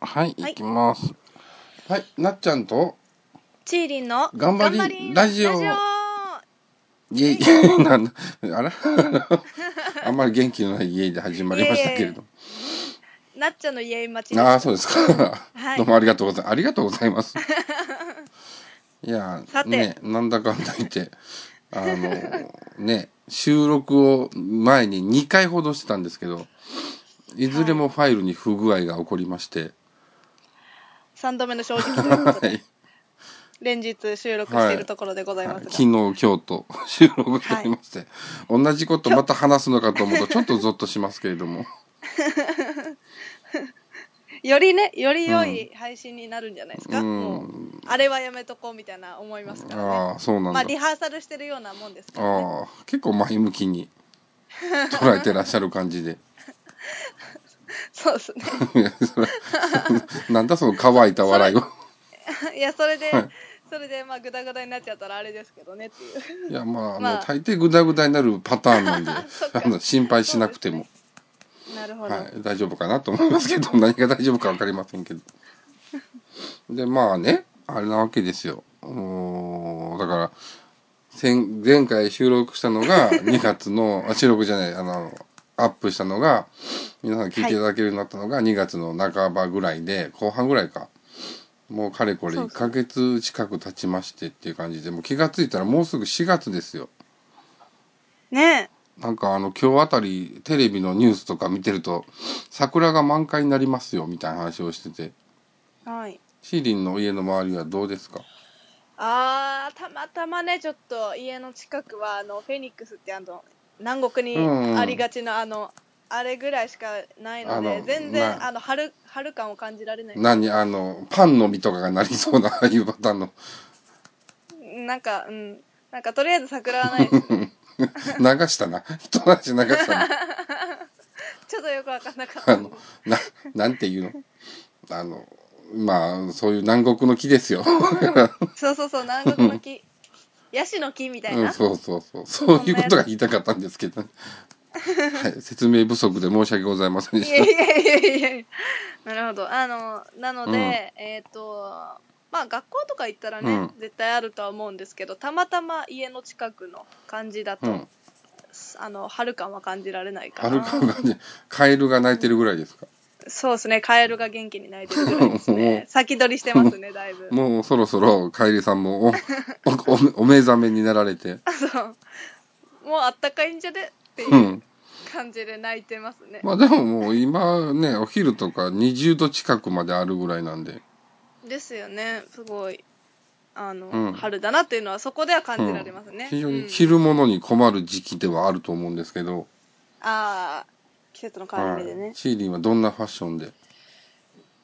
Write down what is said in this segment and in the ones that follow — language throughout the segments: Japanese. はい、はいいきます。はい、なっちゃんと、チーリンの頑張りラジオラジオイェイ、 なんだあらあんまり元気のないイェイで始まりましたけれども。なっちゃんの家待ちですああ、そうですか。はいどうもありがとうございます。ありがとうござい ます。いやーさてね、なんだかんだ言って、あのー、ね、収録を前に2回ほどしてたんですけど、いずれもファイルに不具合が起こりまして、三度目の正直ということはでい、連日収録しているところでございま昨すが、日、今日 と収録しておりまして、同じことまた話すのかと思うと、ちょっとゾッとしますけれど も、よりねより良い配信になるんじゃないですか、うんもうあれはやめとこうみたいな思いますからねああ、そうなんまだ。あリハーサルしてるようなもんですからねああ、結構前向きに捉えてらっしゃる感じで。 そうですねいやそれ そなんだその乾いた笑 いは。いやそれで、はいそれでまあグダグダになっちゃったらあれですけどねっていういや、まあ、まああの、大抵グダグダになるパターンなんで、あ そっかの、心配しなくても、なるほど、はい、大丈夫かなと思いますけど、 何が大丈夫かわかりませんけど。で、まあね、あれなわけですよ。もうだから、先前回収録したの が2月の、あ収録じゃない、あの、アップしたのが、皆さん聞いていただけるようになったのが2月の半ばぐらいで、後半ぐらいか。もうかれこれそう1そヶ月近く経ちましてっていう感じで、もう気がついたらもうすぐ4月ですよ。ねなんかあの今日あたりテレビのニュースとか見てると桜が満開になりますよみたいな話をしててえはいシーリンの家の周りはどうですかあーたまたまねちょっと家の近くはあのフェニックスってあの南国うんにありがちな、あのあれぐらいしかないのあでの全な然あの春春感を感じられない何あのパンの実とかがなりそうなああいうパターンの なんかうんなんかとりあえず桜 はないです流したな人なし流したなちょっとよくわかんなかったあのななんていうのあのまあそういう南国の木ですよ、そうそうそう南国の木ヤシの木みたいうな、ん、 そうそうそうそういうことが言いたかったんですけど、はい、説明不足で申し訳ございませんでいしたやいやいやいやいやなるほどあのなので、うんえっ、とまあ学校とか行ったらね、うん絶対あるとは思うんですけどたまたま家の近くの感じだと、うんあの春感は感じられないかあるなかもねカエルが鳴いてるぐらいですかそうですねカエルが元気に鳴いてるぐらいですね先取りしてま すねだいぶもうそろそろカエルさんもおおおお目覚めになられ て、そうもうあったかいんじゃでってう、いうん感じで鳴いてますね、まあでももう今ねお昼とか20度近くまであるぐらいなんでですよねすごいあの、うん春だなっていうのはそこでは感じられますね、非常うにん着るものに困る時期ではあると思うんですけど、ああ季節の変わり目でね、はいシーリンはどんなファッションで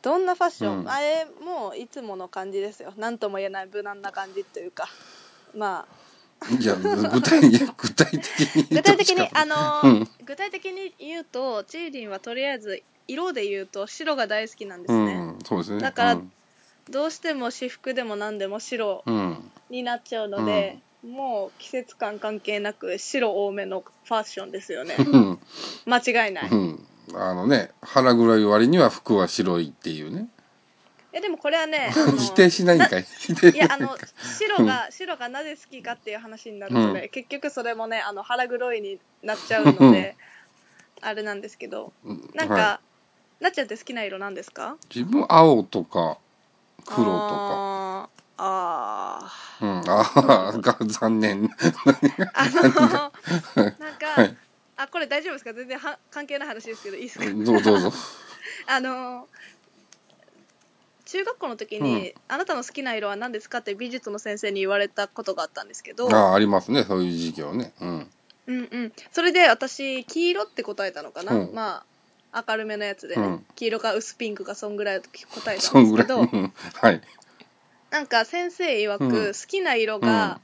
どんなファッション、うんあれもういつもの感じですよ何とも言えない無難な感じというかまあいや具体 いや具体的に具体ど的にっちかあのーうん具体的に言うとチーリンはとりあえず色で言うと白が大好きなんでうすね、んそうですねだからうんどうしても私服でも何でも白うんになっちゃうので、もう季節感関係なく白多めのファッションで すよねうん間違いない、ういんあのね腹黒い割には服は白いっていうねやでもこれはねあの否定しないんかい否定いしなやいんかあいの白が白がなぜ好きかっていう話になるので、結局それもねあの腹黒いになっちゃうのであれなんですけどうんなんか、はいなっちゃんって好きな色なんですか自分青とか黒とかあーあうんああが 残念ーあ のなんか、はいあこれ大丈夫ですか全然は関係ない話ですけどいいですかどうぞどうぞ あの中学校の時に、うあなたの好きな色は何ですかって美術の先生に言われたことがあったんですけど、ああありますねそういう授業ねうんうんうん、それで私黄色って答えたのかな、うんまあ明るめのやつでね、うん黄色か薄ピンクかそんぐらいだと答えたそんでんすぐけらいどうんはいなんか先生曰く、うん好きな色が、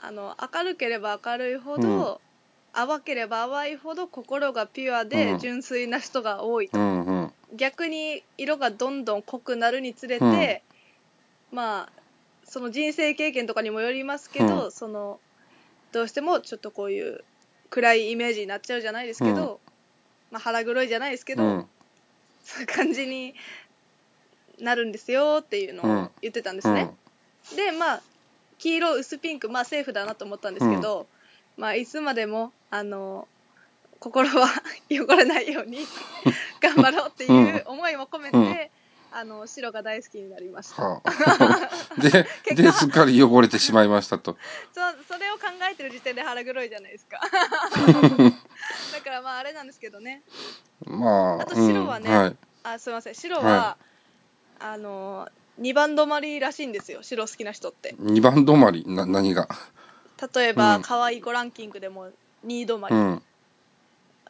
あの明るければ明るいほど、淡ければ淡いほど心がピュアで、うん純粋な人が多いとうんうん逆に色がどんどん濃くなるにつれて、まあその人生経験とかにもよりますけど、うそのどうしてもちょっとこういう暗いイメージになっちゃうじゃないですけど、まあ、腹黒いじゃないですけど、うんそういう感じになるんですよっていうのを言ってたんですね、でまあ黄色薄ピンクまあセーフだなと思ったんですけど、まあいつまでもあの心は 汚れないように 頑張ろうっていう思いも込めて、あの白が大好きになりました、は あ、で、結で、果すっかり汚れてしまいましたと。そそれを考えてる時点で腹黒いじゃないです かだからまああれなんですけどねまあ、あと白はねうんはい。あすいません白は、はあの2番止まりらしいんですよ白好きな人って二番止まり、な、何が。例えば、うん可愛い子ランキングでも2位止まり、うん。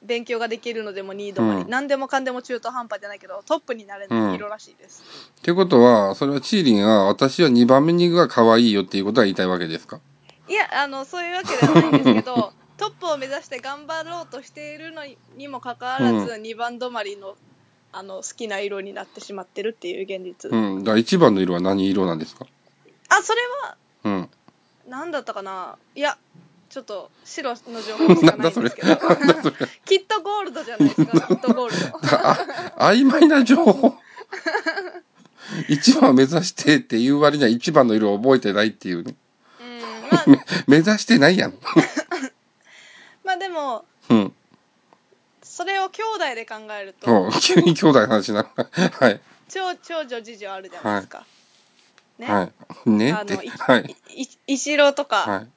勉強ができるのでも2位止まり、うん何でもかんでも中途半端じゃないけどトップになれうなんい色らしいです、ってことは、それはチーリンは、私は二番目にが可愛いよっていうことは言いたいわけですかいやあのそういうわけではないんです けどトップを目指して頑張ろうとしているのににもかかわらず、う2番止まりのあの好きな色になってしまってるっていう現実、うん。だから一番の色は何色なんですかあそれはうん。何だったかないやちょっと白の情報しかないんですけど きっとゴールドじゃないですかきっとゴールド あ、曖昧な情報。一番を目指してっていう割には一番の色を覚えてないっていうね。うんまあ目指してないやん。まあでもうん。それを兄弟で考えるとおう急に兄弟の話になる。はい。長長女次女あるじゃないですか、ね、はい。ねあって。のいはい。い一郎とか、はい。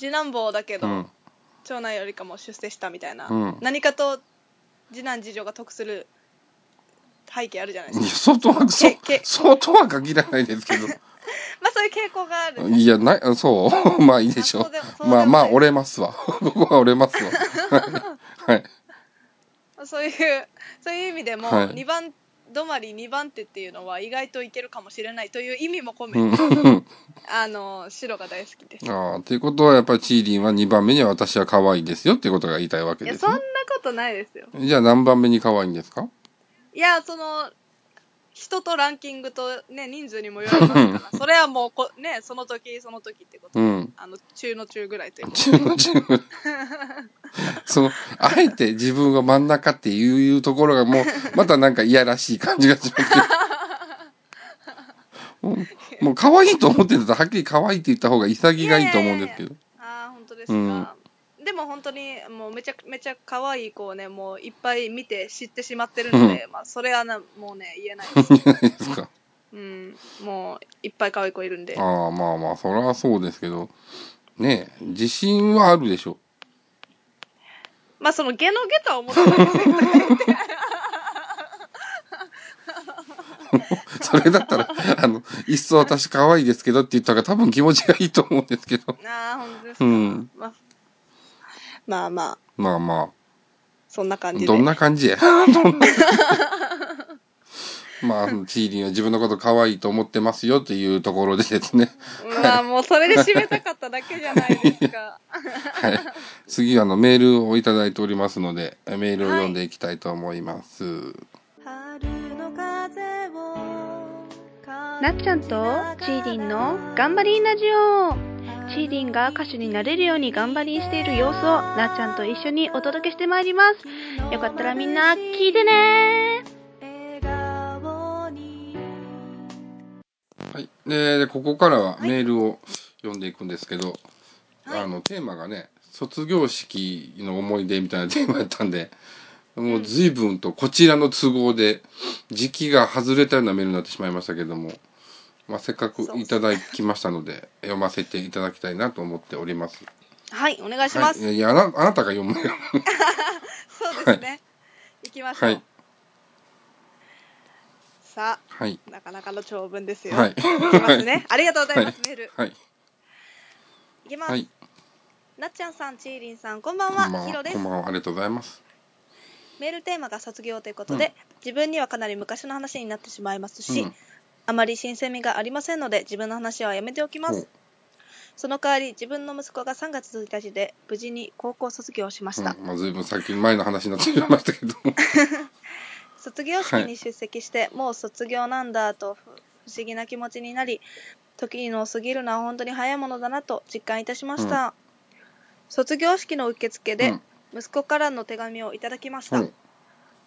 次男坊だけど、うん。長男よりかも出世したみたいな、うん何かと次男次女が得する背景あるじゃないでいすや、か、相当は、そけけ相当は限らないですけど。 まあそういう傾向があるいや、ない、あそう まあいいでしょあそうでもそうでもまあまあない折れますわ。 ここは折れますわ。はい。はい。そう いうそういう意味でも、はい2番止まり2番手っていうのは意外といけるかもしれないという意味も込め、うん。あの白が大好きですああ、ということはやっぱりチーリンは2番目には私は可愛いですよっていうことが言いたいわけいやですそんなね。ことないですよじゃあ何番目に可愛いんですかいやその人とランキングとね人数にもよりますからそれはもうこねその時その時ってこと、うん。あの中の中ぐらいというか中の中。その、あえて自分が真ん中っていうところがもう、またなんかいやらしい感じがしますけど。もう、もう可愛いと思ってたら、はっきり可愛いって言った方が潔がいいと思うんですけど。ああ本当ですか、でも本当にもうめちゃめちゃ可愛い子をねもういっぱい見て知ってしまってるので、まあ、それはなもうね言えないですいい じゃないですか。うん、もういっぱい可愛い子いるんでああ、まあまあ、それはそうですけど。ねえ、自信はあるでしょ。まあそのゲのゲとは思ってないですねそれだったら、あの、いっそ私可愛いですけどって言った方が多分気持ちがいいと思うんですけど。 ああ本当ですうか、ん。まあ、まあまあまあまあ。そんな感じでどんな感じやまあ、チーリンは自分のこと可愛いと思ってますよっていうところでです ね。まあもうそれで締めたかっただけじゃないですかはい。次はあのメールをいただいておりますので、えメールを読んでいきたいと思います。春の風をなっちゃんとチーリンの頑張りーラジオチーリンが歌手になれるように頑張りしている様子をなっちゃんと一緒にお届けしてまいりますよかったらみんな聞いてねはい。で、でここからはメールを読んでいくんですけど、あの、テーマがね、卒業式の思い出みたいなテーマやったん で、もう随分とこちらの都合で時期が外れたようなメールになってしまいましたけども、まあ、せっかくいただきましたので読ませていただきたいなと思っております。はいお願いします、はい、いやあなあなたが読む よ。そうですね、行きましょう、はいさはい。あなかなかの長文ですよ、はいい、きますねありがとうございます、メールはい。いきます、はい。なっちゃんさんちーりんさんこんばんこは、んばんひろは。ですこんばんは。ありがとうございます。メールテーマが卒業ということで、自分にはかなり昔の話になってしまいますし、うんあまり新鮮味がありませんので自分の話はやめておきますその代わり自分の息子が3月1日で無事に高校卒業しました、うん、まあ、随分先前の話になってしまいましたけども。卒業式に出席して、もう卒業なんだと不不思議な気持ちになり時の過ぎるのは本当に早いものだなと実感いたしました、卒業式の受付で、うん息子からの手紙をいただきました、うん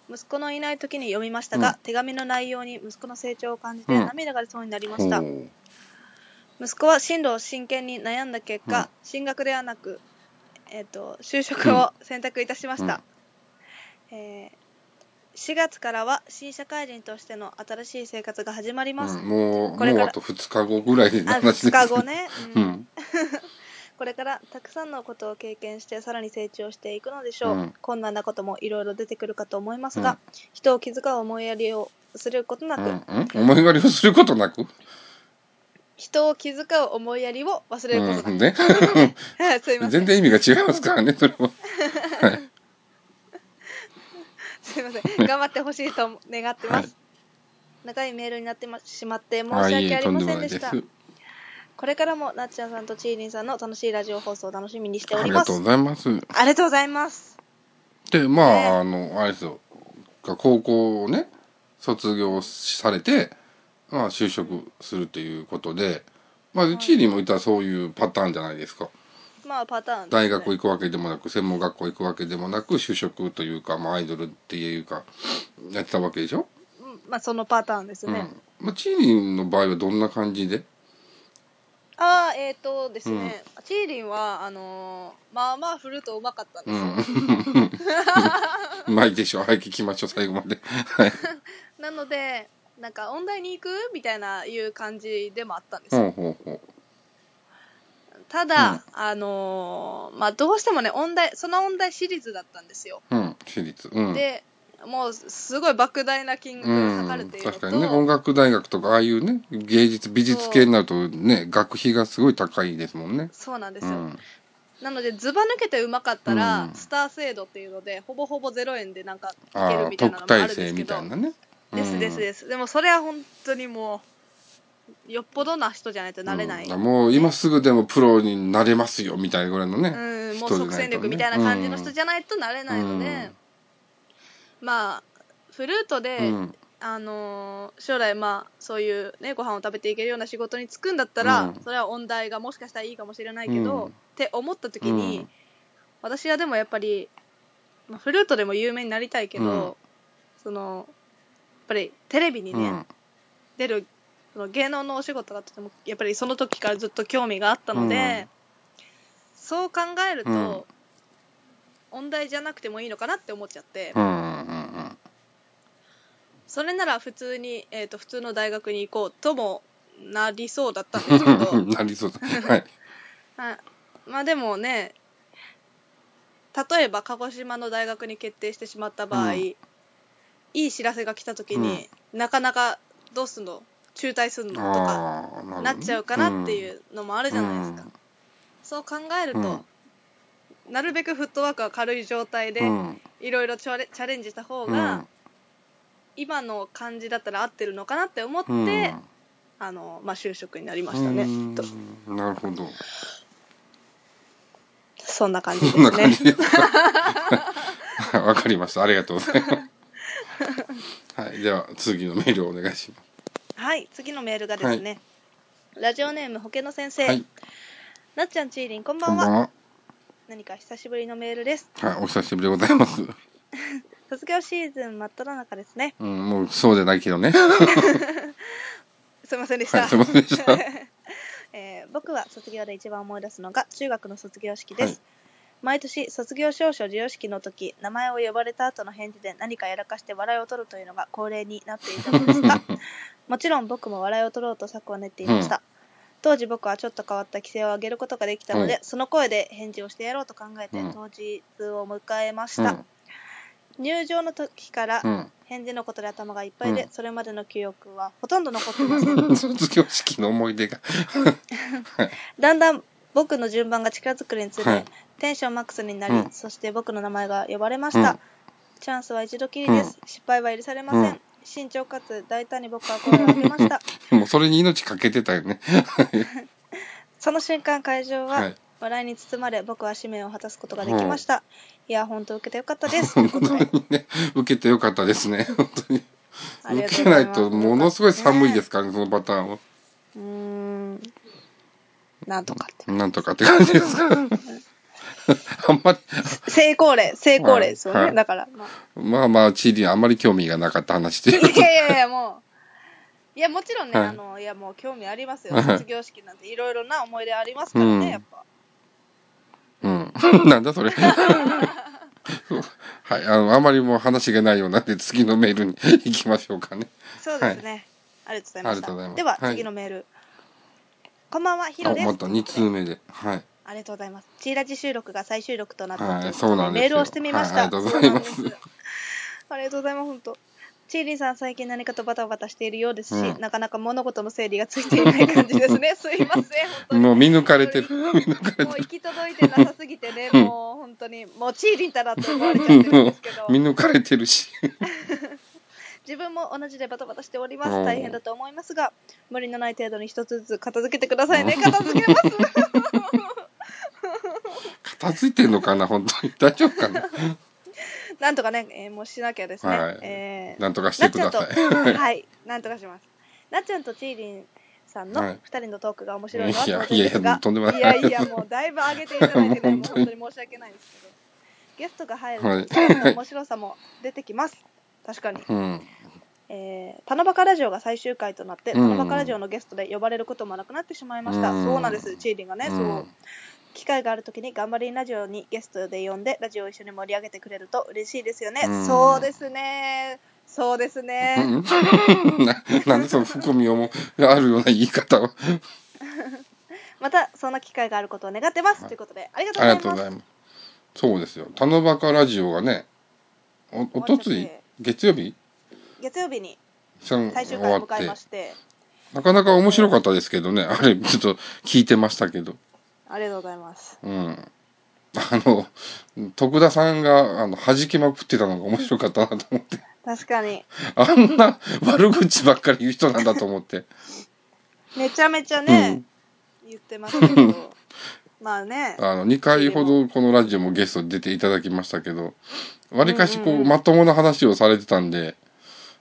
息子のいない時に読みましたが、うん手紙の内容に息子の成長を感じてうん涙が出そうになりまほした、う。息子は進路を真剣に悩んだ結果、うん進学ではなく、えっと就職を選択いたしました、えー4月からは新社会人としての新しい生活が始まります、うんもう、これかもらうあと2日後ぐらいで話あです2日後。 ね、ううんん。これからたくさんのことを経験してさらに成長していくのでしょう、うん困難なこともいろいろ出てくるかと思いますうんが、人を気遣う思いやりをすることなうく、ん。うん思いがりをすることなく人を気遣う思いやりを忘れることなく、うんね。 すいませ全ん然意味が違いますからね、それは。すいません。頑張ってほしいと願ってます。長いメールになってましまって申し訳ありませんでした。あいいえとんもこれからもなっちゃんさんとちーりんさんの楽しいラジオ放送を楽しみにしておないですありりまがす。とうございます。ありがとうございます。で、まねあ、あの、あれですよ。高校をね、卒業されて、まあ、就職するということで、まあ、チーリーもいたらそういうパターンじゃないですか。まあパターンです、ね。大学行くわけでもなく、専門学校行くわけでもなく、就職というか、まあ、アイドルっていうか、やってたわけでしょうんまあそのパターンですうんね。。まあ、チーリーの場合はどんな感じでああ、えっ、とですね、ちーりんは、あのーまあまあ振るとうまかったんでうすよ。ん。うまいでしょ。はい、聞きましょう、最後ま で。はい。なので、なんか音大に行くみたいないう感じでもあったんですよほうほうほただ、あのーまあ、どうしてもね、音大、その音大シリーズだったんですよ。う。うん、私立。うん。で、もう、すごい莫大な金額がかかるというの確と、かにね音楽大学とかああいうね芸術美術系になるとね学費がすごい高いですもんねそうなんですうよ。んなので、ずば抜けてうまかったら、うんスター制度っていうので、ほぼほぼ0円でなんかいけあるあみたいな特のもあ待るん生ですけみどたい、なねですですすです。でも、それは本当にもう、よっぽどな人じゃないとなれない。うんもう今すぐでもプロになれますよみたいなぐらいのねもう即戦力みたいな感じの人じゃないとなれないので、うんまあ、フルートで、うんあのー将来まあそういうねご飯を食べていけるような仕事に就くんだったら、うんそれは音大がもしかしたらいいかもしれないけど、うんって思った時に、うん私はでもやっぱり、まあ、フルートでも有名になりたいけど、うんそのやっぱりテレビにうね、ん出るその芸能のお仕事がとてもやっぱりその時からずっと興味があったので、そう考えると、音大じゃなくてもいいのかなって思っちゃって。うんうんそれなら普通に、えー、と普通の大学に行こうともなりそうだったんですけど、 うんなりそうだはいはいまあでもね例えば鹿児島の大学に決定してしまった場合、うんいい知らせが来た時に、なかなかどうすんの中退すんのとかああなっちゃうかなっていうのもあるじゃないですか、そう考えると、なるべくフットワークは軽い状態でうんいろいろチャレチャレンジした方うが、ん今の感じだったら合ってるのかなって思って、うんあの、まあ、就職になりましたね。うんとなるほどそんな感じそでんなす感ね。じですか。わかりました。ありがとうございます。はい。では、次のメールをお願いしま はい、次のメールがですね、ラジオネーム保健の先す。生、はい。なっちゃんちーりんこんばこんんばはんは。何か久しぶりのメールです。はい。お久しぶりでございます。卒業シーズン真っ只中ですね。うん、もうそうじゃないけどね。すいませんでしはた。い。すいませんでした。えー僕は卒業で一番思い出すのが中学の卒業式です、はい毎年卒業証書授与式の時名前を呼ばれた後の返事で何かやらかして笑いを取るというのが恒例になっていたのです がもちろん僕も笑いを取ろうと策を練っていました、当時僕はちょっと変わった規制を上げることができたので、うんその声で返事をしてやろうと考えてうん当日を迎えましうんた、入場の時からうん。返事のことで頭がいっぱいで、うんそれまでの記憶はほとんど残っていません卒業式の思い出が。だんだん僕の順番が力づくりにつれ、はいテンションマックスになり、うんそして僕の名前が呼ばれました、うんチャンスは一度きりです、失敗は許されません、うん慎重かつ大胆に僕は声を上げました もうそれに命かけてたよね。 その瞬間会場は。はい笑いに包まれ僕は使命を果たすことができました、いや本当受けてよかったです とい本うこと当でにね、受けてよかったですね。 本当に。ありが受うけござないいますとものすごい寒いですからね、そのパターンは。うーんなんとかっ てなんとかって感じですか。あんまり、成功例、成功例ですよね。はいはいだから、まあまあまあ、チーリンあんまり興味がなかった話 っていうこいとやいやいや、もう。いや、もちろんね、はいあの、いや、もう興味あります よは。い卒業式なんていろいろな思い出ありますからね、うんやっぱ。うん。 なんだそれ。はい、あの、あまりもう話がないようなんで、次のメールに 行きましょうかね。そうですね。ありがとうございました。ありがとうございますでは、はい次のメール。こんばんは、ヒロあ、です。また2通目で。はい。ありがとうございます。チーラジ収録が最終録となったはいということそうなんですよメールをしてみました。はいありがとうございますそうなんです。ありがとうございます、本当。チーリンさん、最近何かとバタバタしているようですし、うんなかなか物事の整理がついていない感じですね。 すいません、本当に。もう見抜かれてる。見抜かれもうて行る。き届いてなさすぎてね、もう本当に、もうチーリンだなって思われちゃってるんですけ ど、見抜かれてるし。自分も同じでバタバタしております。うん大変だと思いますが、無理のない程度に一つずつ片付けてくださいね。片付けます。片付いてんのかな、本当に。大丈夫か な。 なんとかね、えーもうしなきゃですね。はいえーなんとかしてくださなっいち。ゃん と、はい、なんとかします。なっちゃんとちーりんさんのはい二人のトークが面白いのはいや当然ですいやいがや、とんでもないいやいや、もうだいぶ上げていただい てね、もう本当本に当に申し訳ないですけど、ゲストが入るはいと、その面白さも出てきます。確かに。うん。 えー、タナバカラジオが最終回となって、うんタナバカラジオのゲストで呼ばれることもなくなってしまいました。うんそうなんです、チーリンがね、う。。そうん機会があるときに、頑張りラジオにゲストで呼んで、ラジオを一緒に盛り上げてくれると嬉しいですよね。うんそうですね。そうですね。うんななんでその含みをもあるような言い方 を。また、そんな機会があることを願ってます。ということで、ありがとうあごりざがいとうござます。います。そうですよ。タノバカラジオがね、おおとつ終わっいちゃって、月曜日月曜日にその最終終回わをっ迎えてま。して、なかなか面白かったですけどね。あれ、ちょっと聞いてましたけど。ありがとうございます。うん。あの、徳田さんが、あの、弾きまくってたのが面白かったなと思って。確かに、あんな悪口ばっかり言う人なんだと思って。めちゃめちゃね、言ってました けど、まあね、あの、2回ほどこのラジオもゲストに出ていただきましたけど、わりかしこうんうんう、うんまともな話をされてたんで、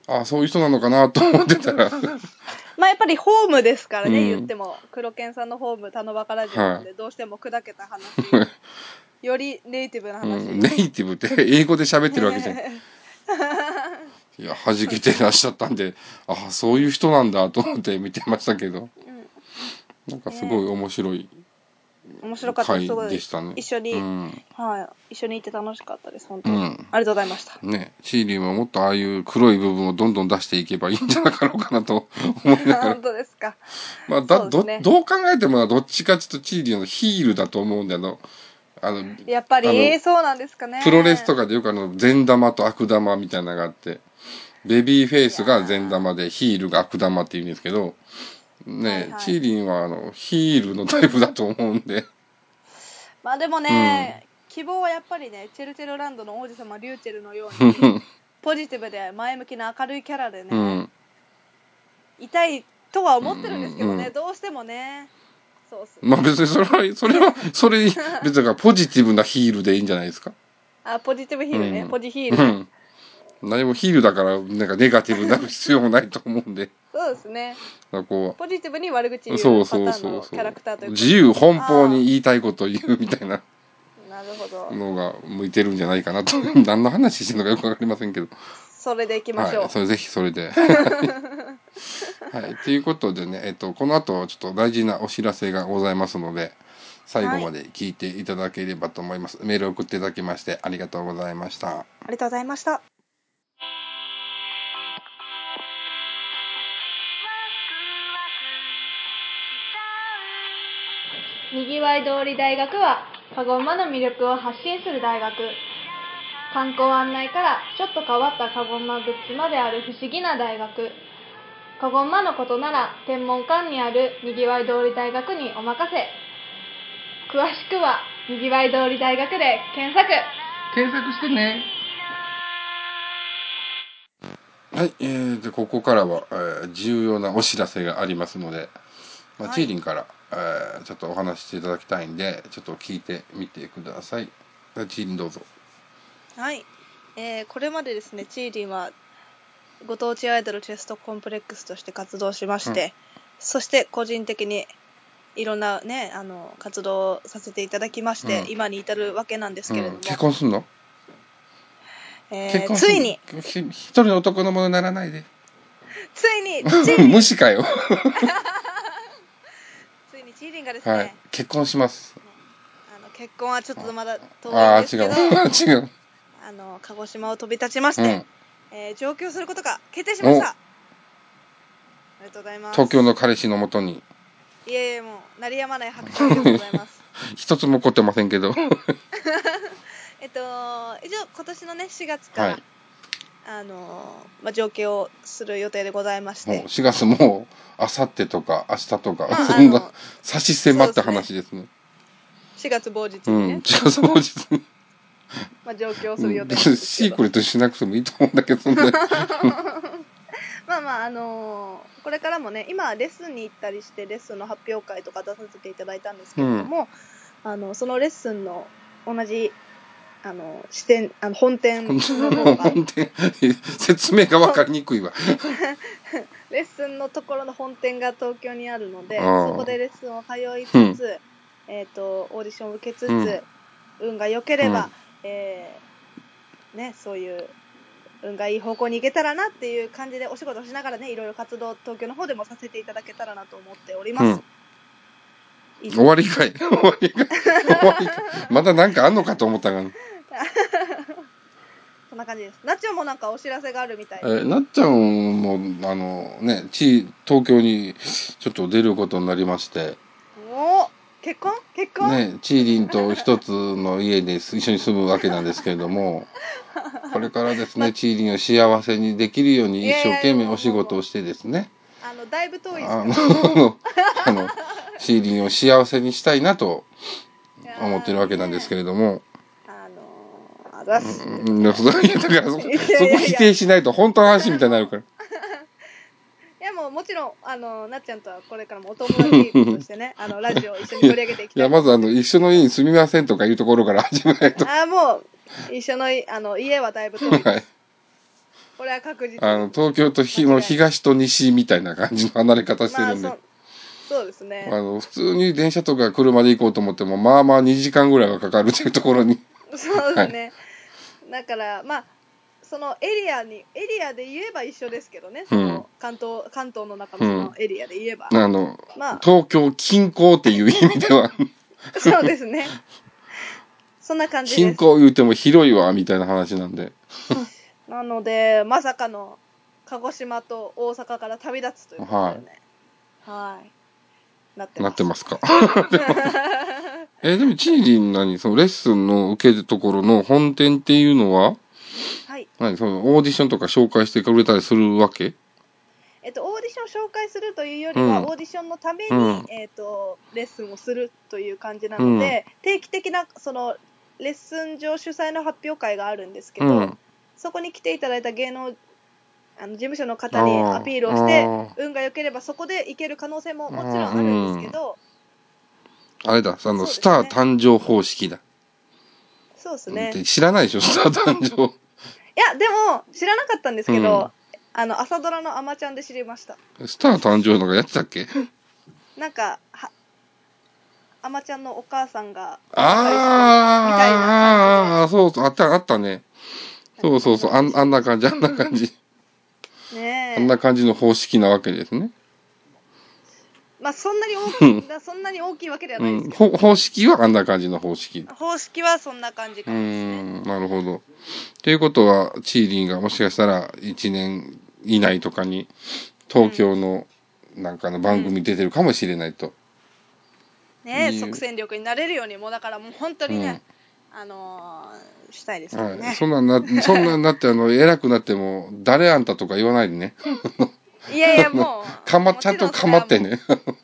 あそういう人なのかなと思ってた ら、まあやっぱりホームですからね、うん言っても、黒犬さんのホーム、田野バカラジオなんで、どうしても砕けた 話、よりネイティブなう話、ん、ネイティブって英語で喋ってるわけじゃ ん。いや、弾けてらっしゃったんで、あそういう人なんだと思って見てましたけど、うんなんかすごい面白い面白かったで回す、すごい。でしたね。一緒に、うん。はい、一緒に行って楽しかったです、本当うに。ん。ありがとうございま した。ね、シーリーはもっとああいう黒い部分をどんどん出していけばいいんじゃなかろうかなと思いながら本当ですか。まあ、だ、そうでど、すねどう考えてもなどっちかちょっとチーリーのヒールだと思うんだよな。あの、やっぱり、あのえーそうなんですかね。プロレスとか。かでよくあの、善玉と悪玉みたいなのがあって、ベビーフェイスが善玉で、ヒールが悪玉って言うんですけど、ね、はいはいチーリンはあの、ヒールのタイプだと思うん で、まあでもね、希望はやっぱりね、チェルチェルランドの王子様、リューチェルのように、ポジティブで前向きな明るいキャラでね、うん。いたいとは思ってるんですけどね、うんどうしてもね、そうっす。まあ別にそれは、それは、それ、別にだからポジティブなヒールでいいんじゃないですか。あ、ポジティブヒールね、うんポジヒーうル。ん。何もヒールだから、なんかネガティブになる必要もないと思うんで、だかそうですね。らこう、ポジティブに悪口言そううパタそうーンそのうキそ。ャラクターといううか。自由奔放に言いたいことを言うみたいななるほど。のが向いてるんじゃないかな と。何の話してるのかよくわかりませんけど。それでいきましょう。はい。それぜひそれで。はい。ということでね、えっと、この後ちょっと大事なお知らせがございますので、最後まで聞いていただければと思います。メールを送っていただきましてありがとうございました。ありがとうございました。にぎわい通り大学はカゴ馬の魅力を発信する大学観光案内からちょっと変わったカゴ馬グッズまである不思議な大学カゴ馬のことなら天文館にあるにぎわい通り大学にお任せ詳しくはにぎわい通り大学で検索検索してね。はい、えー、でここからは、えー重要なお知らせがありますので、まあはいチーリンから、えーちょっとお話ししていただきたいんで、ちょっと聞いてみてください。じゃあチーリンどうぞ。はい、えーこれまでですねチーリンはご当地アイドルチェストコンプレックスとして活動しまして、そして個人的にいろんなね、あの、活動をさせていただきまして、うん今に至るわけなんですけれども、結婚すんのえー結婚すつんいに、ひ一人の男のものにならないで。つい に、ついに、無視かよ。ついにチーリンがですね、はい。結婚します。あの結婚はちょっとまだ遠いんああ、です違けど、うあ。 違う。の、鹿児島を飛び立ちましうて、ん。えー上京することが決定しましたおありがとうございます東京の彼氏のもとに。いえいえもう鳴りやまない拍手でござ います一つも怒ってませんけど。えっと一応今年のね4月から、はいあのーまあ、上京をする予定でございましもうて4月もう、あさってとか明日とか、まあそんあなの差し迫った話ですね。 4月某日うにんね、。違う、その時 にまあ、上京する予定なんうんですシけーどクレットしなくてもいいと思うんだけどね。 まあまああのーこれからもね今はレッスンに行ったりしてレッスンの発表会とか出させていただいたんですけれども、あのそのレッスンの同じあの支店あの本店の方が本当に説明がわかりにくいわ。レッスンのところの本店が東京にあるので、ああそこでレッスンを通いつつ、えっ、と、オーディションを受けつつ、うん運が良ければ、うんえーね、そういう、運がいい方向に行けたらなっていう感じでお仕事をしながらね、いろいろ活動、東京の方でもさせていただけたらなと思っております。以上終わりかい 終わりかい終わりかいまだなんかあんのかと思 ったが、そんな感じです。ナチョもなんかお知らせがあるみたいえで。なっちゃんも、あのね、ち、東京にちょっと出ることになりまして、おお結婚結婚、ね、ちーりんと一つの家です一緒に住むわけなんですけれども、これからです ね、ちーりんを幸せにできるように一生懸命お仕事をしてですね、あの、だいぶ遠いですあかの、 あの、ちーりんを幸せにしたいなとら思ってるわけなんですけれども、あのー、あざっす。うん、だからそこ、そこいやいやいや否定しないと本当の話みたいになるから。いやもうもちろんあのなっちゃんとはこれからもお友達として ねあのラジオを一緒に取り上げていきいたや、いまずあの、一緒の家に住みませんとかいうところから 始めないと。ああもう一緒のいあの家はだいぶ遠いです、はい。これは確実あの、東京とひの東と西みたいな感じの離れ方してまあるんで。そあそうですね、の、普通に電車とか車で行こうと思っても、まあまあ2時間ぐらいはかかるというところに。そうですね、だからまあそのエリアにエリアで言えば一緒ですけどね、その関東関東の中のそのエリアで言えば、あの、まあ 東京近郊っていう意味では、 そうですねそんな感じ近です郊言うても広いわ、みたいな話なんで。なので、まさかの鹿児島と大阪から旅立つということでね。はい。なってます。なってますか。 え、でも、チーリン何そのレッスンの受けるところの本店っていうのは、はい。何そのオーディションとか紹介してくれたりするわけえっと、オーディションを紹介するというよりは、うんオーディションのために、うんえっと、レッスンをするという感じなので、定期的な、その、レッスン上主催の発表会があるんですけうど、ん。そこに来ていただいた芸能、あの事務所の方にあーアピールをしてあー、運が良ければそこで行ける可能性ももちろんあるんですけど、あれだ、あの、そうですねスター誕生方式だ。そうですね。って知らないでしょ、 スター誕生。いや、でも、知らなかったんですけど、うんあの、朝ドラのアマちゃんで知りました。スター誕生のがやってたっ けなんか、は、アマちゃんのお母さんが、みたいなあーあー、あーそうそう、あった、あったね。そうそうそう、あんあんな感じ、あんな感じ。 ねあんえ。な感じの方式なわけですね。まあ、そんなに 大きい、そんなに大きいわけではうないですん。けど、ほ方式はあんな感じの方式。方式はそんな感じうかーもですね。ん、なるほど。ということは、チーリンがもしかしたら1年以内とかに、東京のなんかの番組出てるかもしれないと。ねいえ、い即戦力になれるように、もうだからもう本当にね、あのーしたいですよはねい。。そんなんな、そんなんなって、あの、偉くなっても、誰あんたとか言わないでね。いやい や、もう。かま、ちゃんとかまってもちね。ろんそれはもう。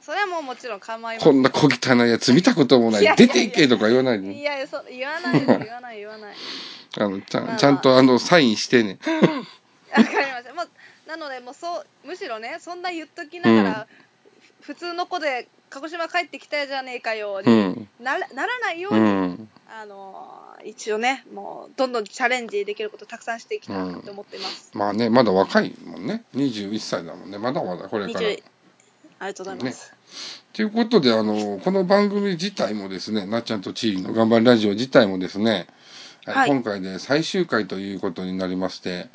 それはもうもちろん構いませこん。んな小汚いやつ見たこともないやい。いや出いやていけとか言わないでいね。やいや、そ言わないです、言わない、言わない。あの、ちまあまゃあん、ちゃんとあの、サインしてね。わかりました。もうなのでもうそうむしろねそんな言っときながら、ふ普通の子で鹿児島帰ってきたじゃねえかように、ん。ならならないよううに、ん。あのー一応ねもうどんどんチャレンジできることたくさんしていきたいなと思っています。まあね、まだ若いもんね。21歳だもんね。まだまだこれから。 20ありがとうございます。ということで、あの、この番組自体もですね、なっちゃんとチーリの頑張りラジオ自体もですね、はいはい今回で最終回ということになりまして、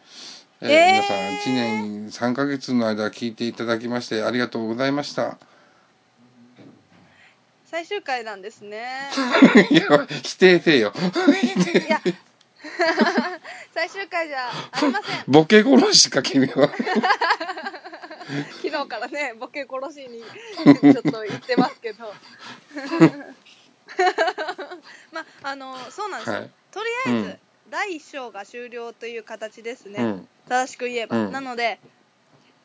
えーえー皆さん1年3ヶ月の間聞いていただきましてありがとうございました。 最終回なんで すね。いや、否定せよ。いや、 最終回じゃありません。 ボケ殺しか君は。昨日からね、ボケ殺しにちょっと言ってますけど。 まあ、あの、そうなんですよ。はいとりあえず、うん第1章が終了という形ですね。うん。正しく言えば。うんなので、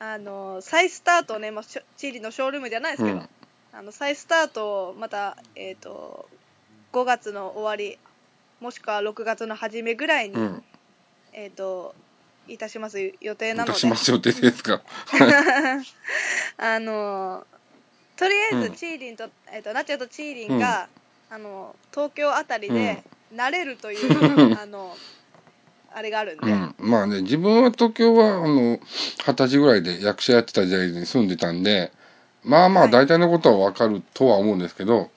あの、再スタートをね、まあ、しょチリのショールームじゃないですうけど、ん。あの再スタートをまた、えー、と5月の終わりもしくは6月の初めぐらいに、うん。えー、といたします予定なの出でします予定ですか。あのとりあえうずんチーリンと,、えー、とナチャとチーリンが、あの東京あたりで慣れるとい う、あのあれがあるんで、うん、まあね、自分は東京は、あの、二十歳ぐらいで役者やってた時代に住んでたんで、まあまあはい大体のことはわかるとは思うんですけど、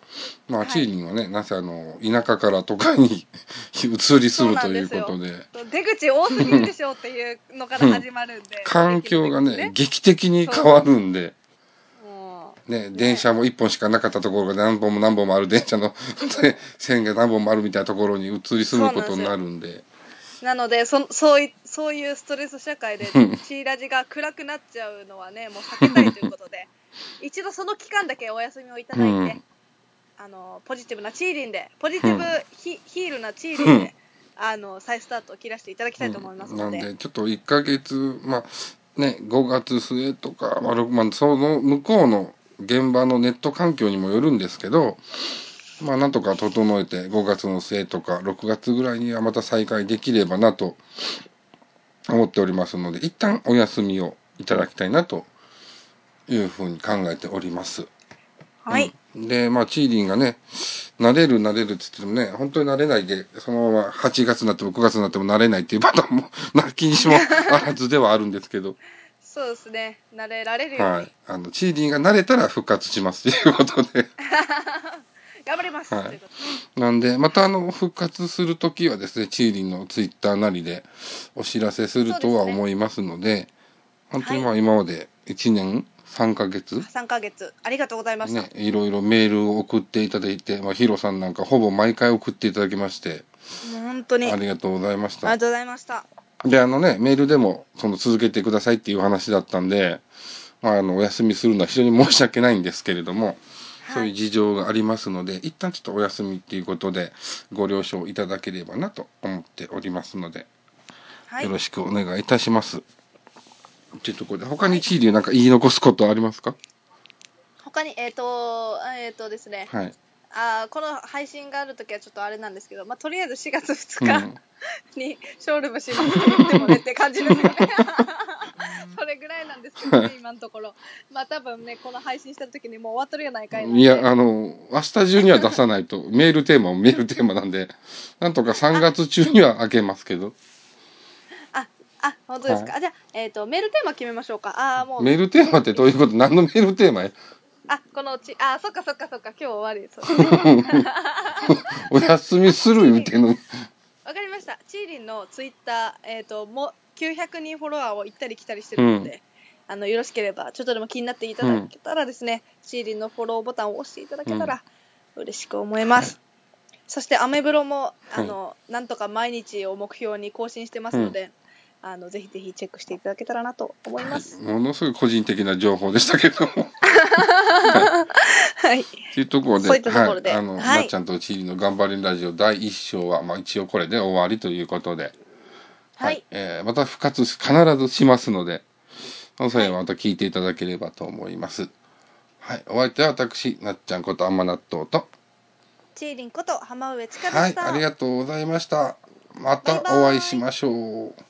まはあ、いチーリンはね、なぜあの、田舎から都会に 移り住むということで、出口多すぎるでしょうっていうのから始まるんで環境がね、ね劇的に変わるんで、もね、電車も一本しかなかったところが何本も何本もある電車の 線が何本もあるみたいなところに移り住むことになるんで、うなのでそそういそういうストレス社会でうんチーラジが暗くなっちゃうのはね、もう避けたいというこ とで、一度その期間だけお休みをいただいて、うんあのポジティブなチーリンで、ポジティブヒ,、ヒールなチーリンうで、んあの再スタートを切らせていただきたいと思いますなのんで、で、ちょっと1ヶ月、まあ、ね、5月末とか、まあ、6まあ、その向こうの現場のネット環境にもよるんですけど、まあ、なんとか整えて、5月の末とか、6月ぐらいにはまた再開できればなと思っておりますので、一旦お休みをいただきたいなというふうに考えております。はい、うんで、まあ、チーリンがね、慣れる慣れるって言ってもね、本当に慣れないで、そのまま8月になっても9月になっても慣れないっていうパターンも、 なきにしもあらずではあるんですけど、そうですね、慣れられるように、はい。あの、チーリンが慣れたら復活しますということで。 頑張ります、はいということでなんで、またあの、復活するときはですね、チーリンのツイッターなりでお知らせするとは思いますので、本当にまあ今まで1年3ヶ月、 3ヶ月、ありがとうございました。ね、いろいろメールを送っていただいて、まあ、ヒロさんなんかほぼ毎回送っていただきまして、もう本当にあありりがとうございましがた。とうございました。で、あのね、メールでも、その続けてくださいっていう話だったんで、まあ、あの、お休みするのは非常に申し訳ないんですけれども、そういう事情がありますので、一旦ちょっとお休みっていうことで、ご了承いただければなと思っておりますので、はいよろしくお願いいたします。というところで、他にチーリーなんか言い残すことありますか他に、えっ、と、えっ、とですね、はい。あーこの配信があるときはちょっとあれなんですけど、まあ、とりあえず4月う2ん日にショールームしますって言ってもねって感じですよ ね。それぐらいなんですけどね、今のところ。まあ多分ね、この配信したときにもう終わっとるやないかいなんでいや、あの、明日中には出さないと、メールテーマもメールテーマなんで、なんとか3月中には開けますけど、あ、あ、本当ですか。はあじゃあ、えっ、と、メールテーマ決めましょうか。ああ、もう。メールテーマってどういうこと何のメールテーマ やあ、このうち、あー、そっかそっかそっか、今日終わり。そうですねお休みする言うてんのに。わかりました。チーリンのツイッター、えっ、と、もう900人フォロワーを行ったり来たりしてるので、うあの、よろしければ、ちょっとでも気になっていただけたらですね、チーリンのフォローボタンを押していただけたら、嬉しく思います。そして、アメブロも、あの、なんとか毎日を目標に更新してますので、あの、ぜひぜひチェックしていただけたらなと思います。ものすごい個人的な情報でしたけ ども。はい。というところで、そういったところではい、あの、はいなっちゃんとチーリの頑張りラジオ第1章は、まあ一応これで終わりということで、はい。えーまた復活し必ずしますので、その際はまた聞いていただければと思います。はい、お相手は私、なっちゃんことあんま納豆と、チーリンこと浜上千佳ではしい、た。ありがとうございました。またバイバイお会いしましょう。